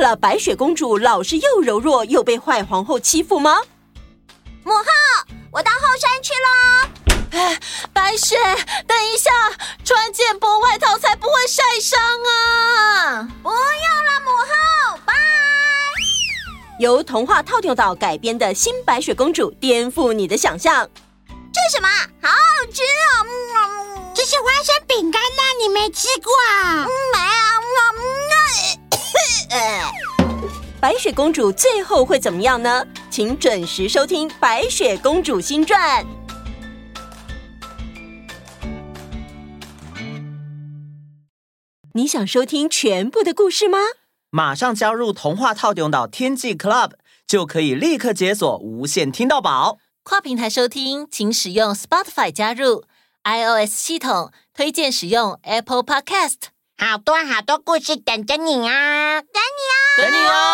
了白雪公主老是又柔弱又被坏皇后欺负吗？母后，我到后山去喽。哎，白雪，等一下，穿件薄外套才不会晒伤啊！不用了，母后，拜。由童话《套用岛》改编的《新白雪公主》，颠覆你的想象。这是什么？好好吃哦！嗯、这是花生饼干呢，你没吃过啊？嗯，没嗯有、啊。嗯白雪公主最后会怎么样呢？请准时收听《白雪公主新传》。你想收听全部的故事吗？马上加入童话套用岛天际 Club，就可以立刻解锁无限听到宝。跨平台收听，请使用 Spotify 加入 iOS 系统，推荐使用 Apple Podcast。好多好多故事等着你啊！等你啊！等你哦！哦